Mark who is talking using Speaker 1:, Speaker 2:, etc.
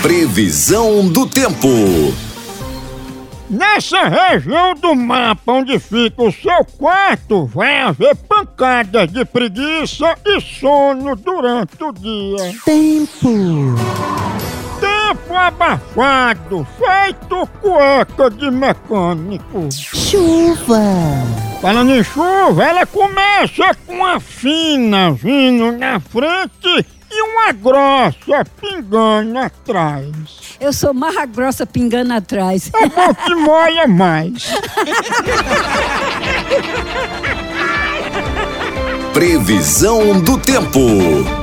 Speaker 1: Previsão do tempo.
Speaker 2: Nessa região do mapa onde fica o seu quarto, vai haver pancadas de preguiça e sono durante o dia.
Speaker 3: Tempo.
Speaker 2: Tempo abafado, feito cueca de mecânico.
Speaker 3: Chuva.
Speaker 2: Falando em chuva, ela começa com uma fina vindo na frente e uma grossa pingando atrás.
Speaker 4: Eu sou marra grossa pingando atrás.
Speaker 2: É bom que molha mais.
Speaker 1: Previsão do tempo.